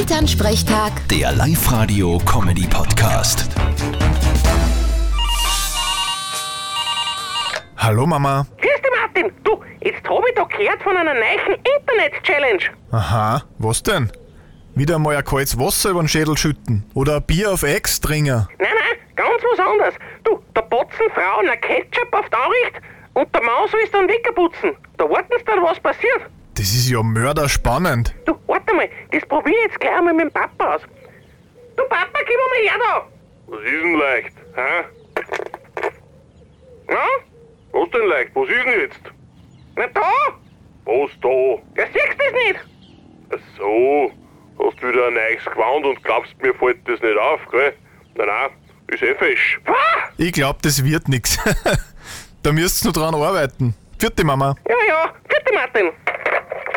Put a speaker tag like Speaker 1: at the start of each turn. Speaker 1: Elternsprechtag,
Speaker 2: Der Live-Radio-Comedy-Podcast.
Speaker 3: Hallo Mama.
Speaker 4: Grüß dich, Martin. Du, jetzt hab ich da gehört von einer neuen Internet-Challenge.
Speaker 3: Aha, was denn? Wieder mal ein kaltes Wasser über den Schädel schütten oder ein Bier auf Ex trinken.
Speaker 4: Nein, nein, ganz was anderes. Du, da botzen Frauen ein Ketchup auf die Anricht und der Mann soll es dann wegputzen. Da warten sie dann, was passiert.
Speaker 3: Das ist ja mörderspannend.
Speaker 4: Du, warte mal, das probier ich jetzt gleich einmal mit dem Papa aus. Du, Papa, gib mir mal her da.
Speaker 5: Was ist denn leicht? Hä?
Speaker 4: Na?
Speaker 5: Was denn leicht? Was ist denn jetzt?
Speaker 4: Na da?
Speaker 5: Was da?
Speaker 4: Ja, siehst du das nicht?
Speaker 5: Ach so, hast wieder ein neues Gewand und glaubst, mir fällt das nicht auf, gell? Nein, nein, ist eh fesch.
Speaker 4: Ah!
Speaker 3: Ich glaub, das wird nix. da müsst's nur dran arbeiten. Vierte Mama.
Speaker 4: Ja, ja, bitte, Martin.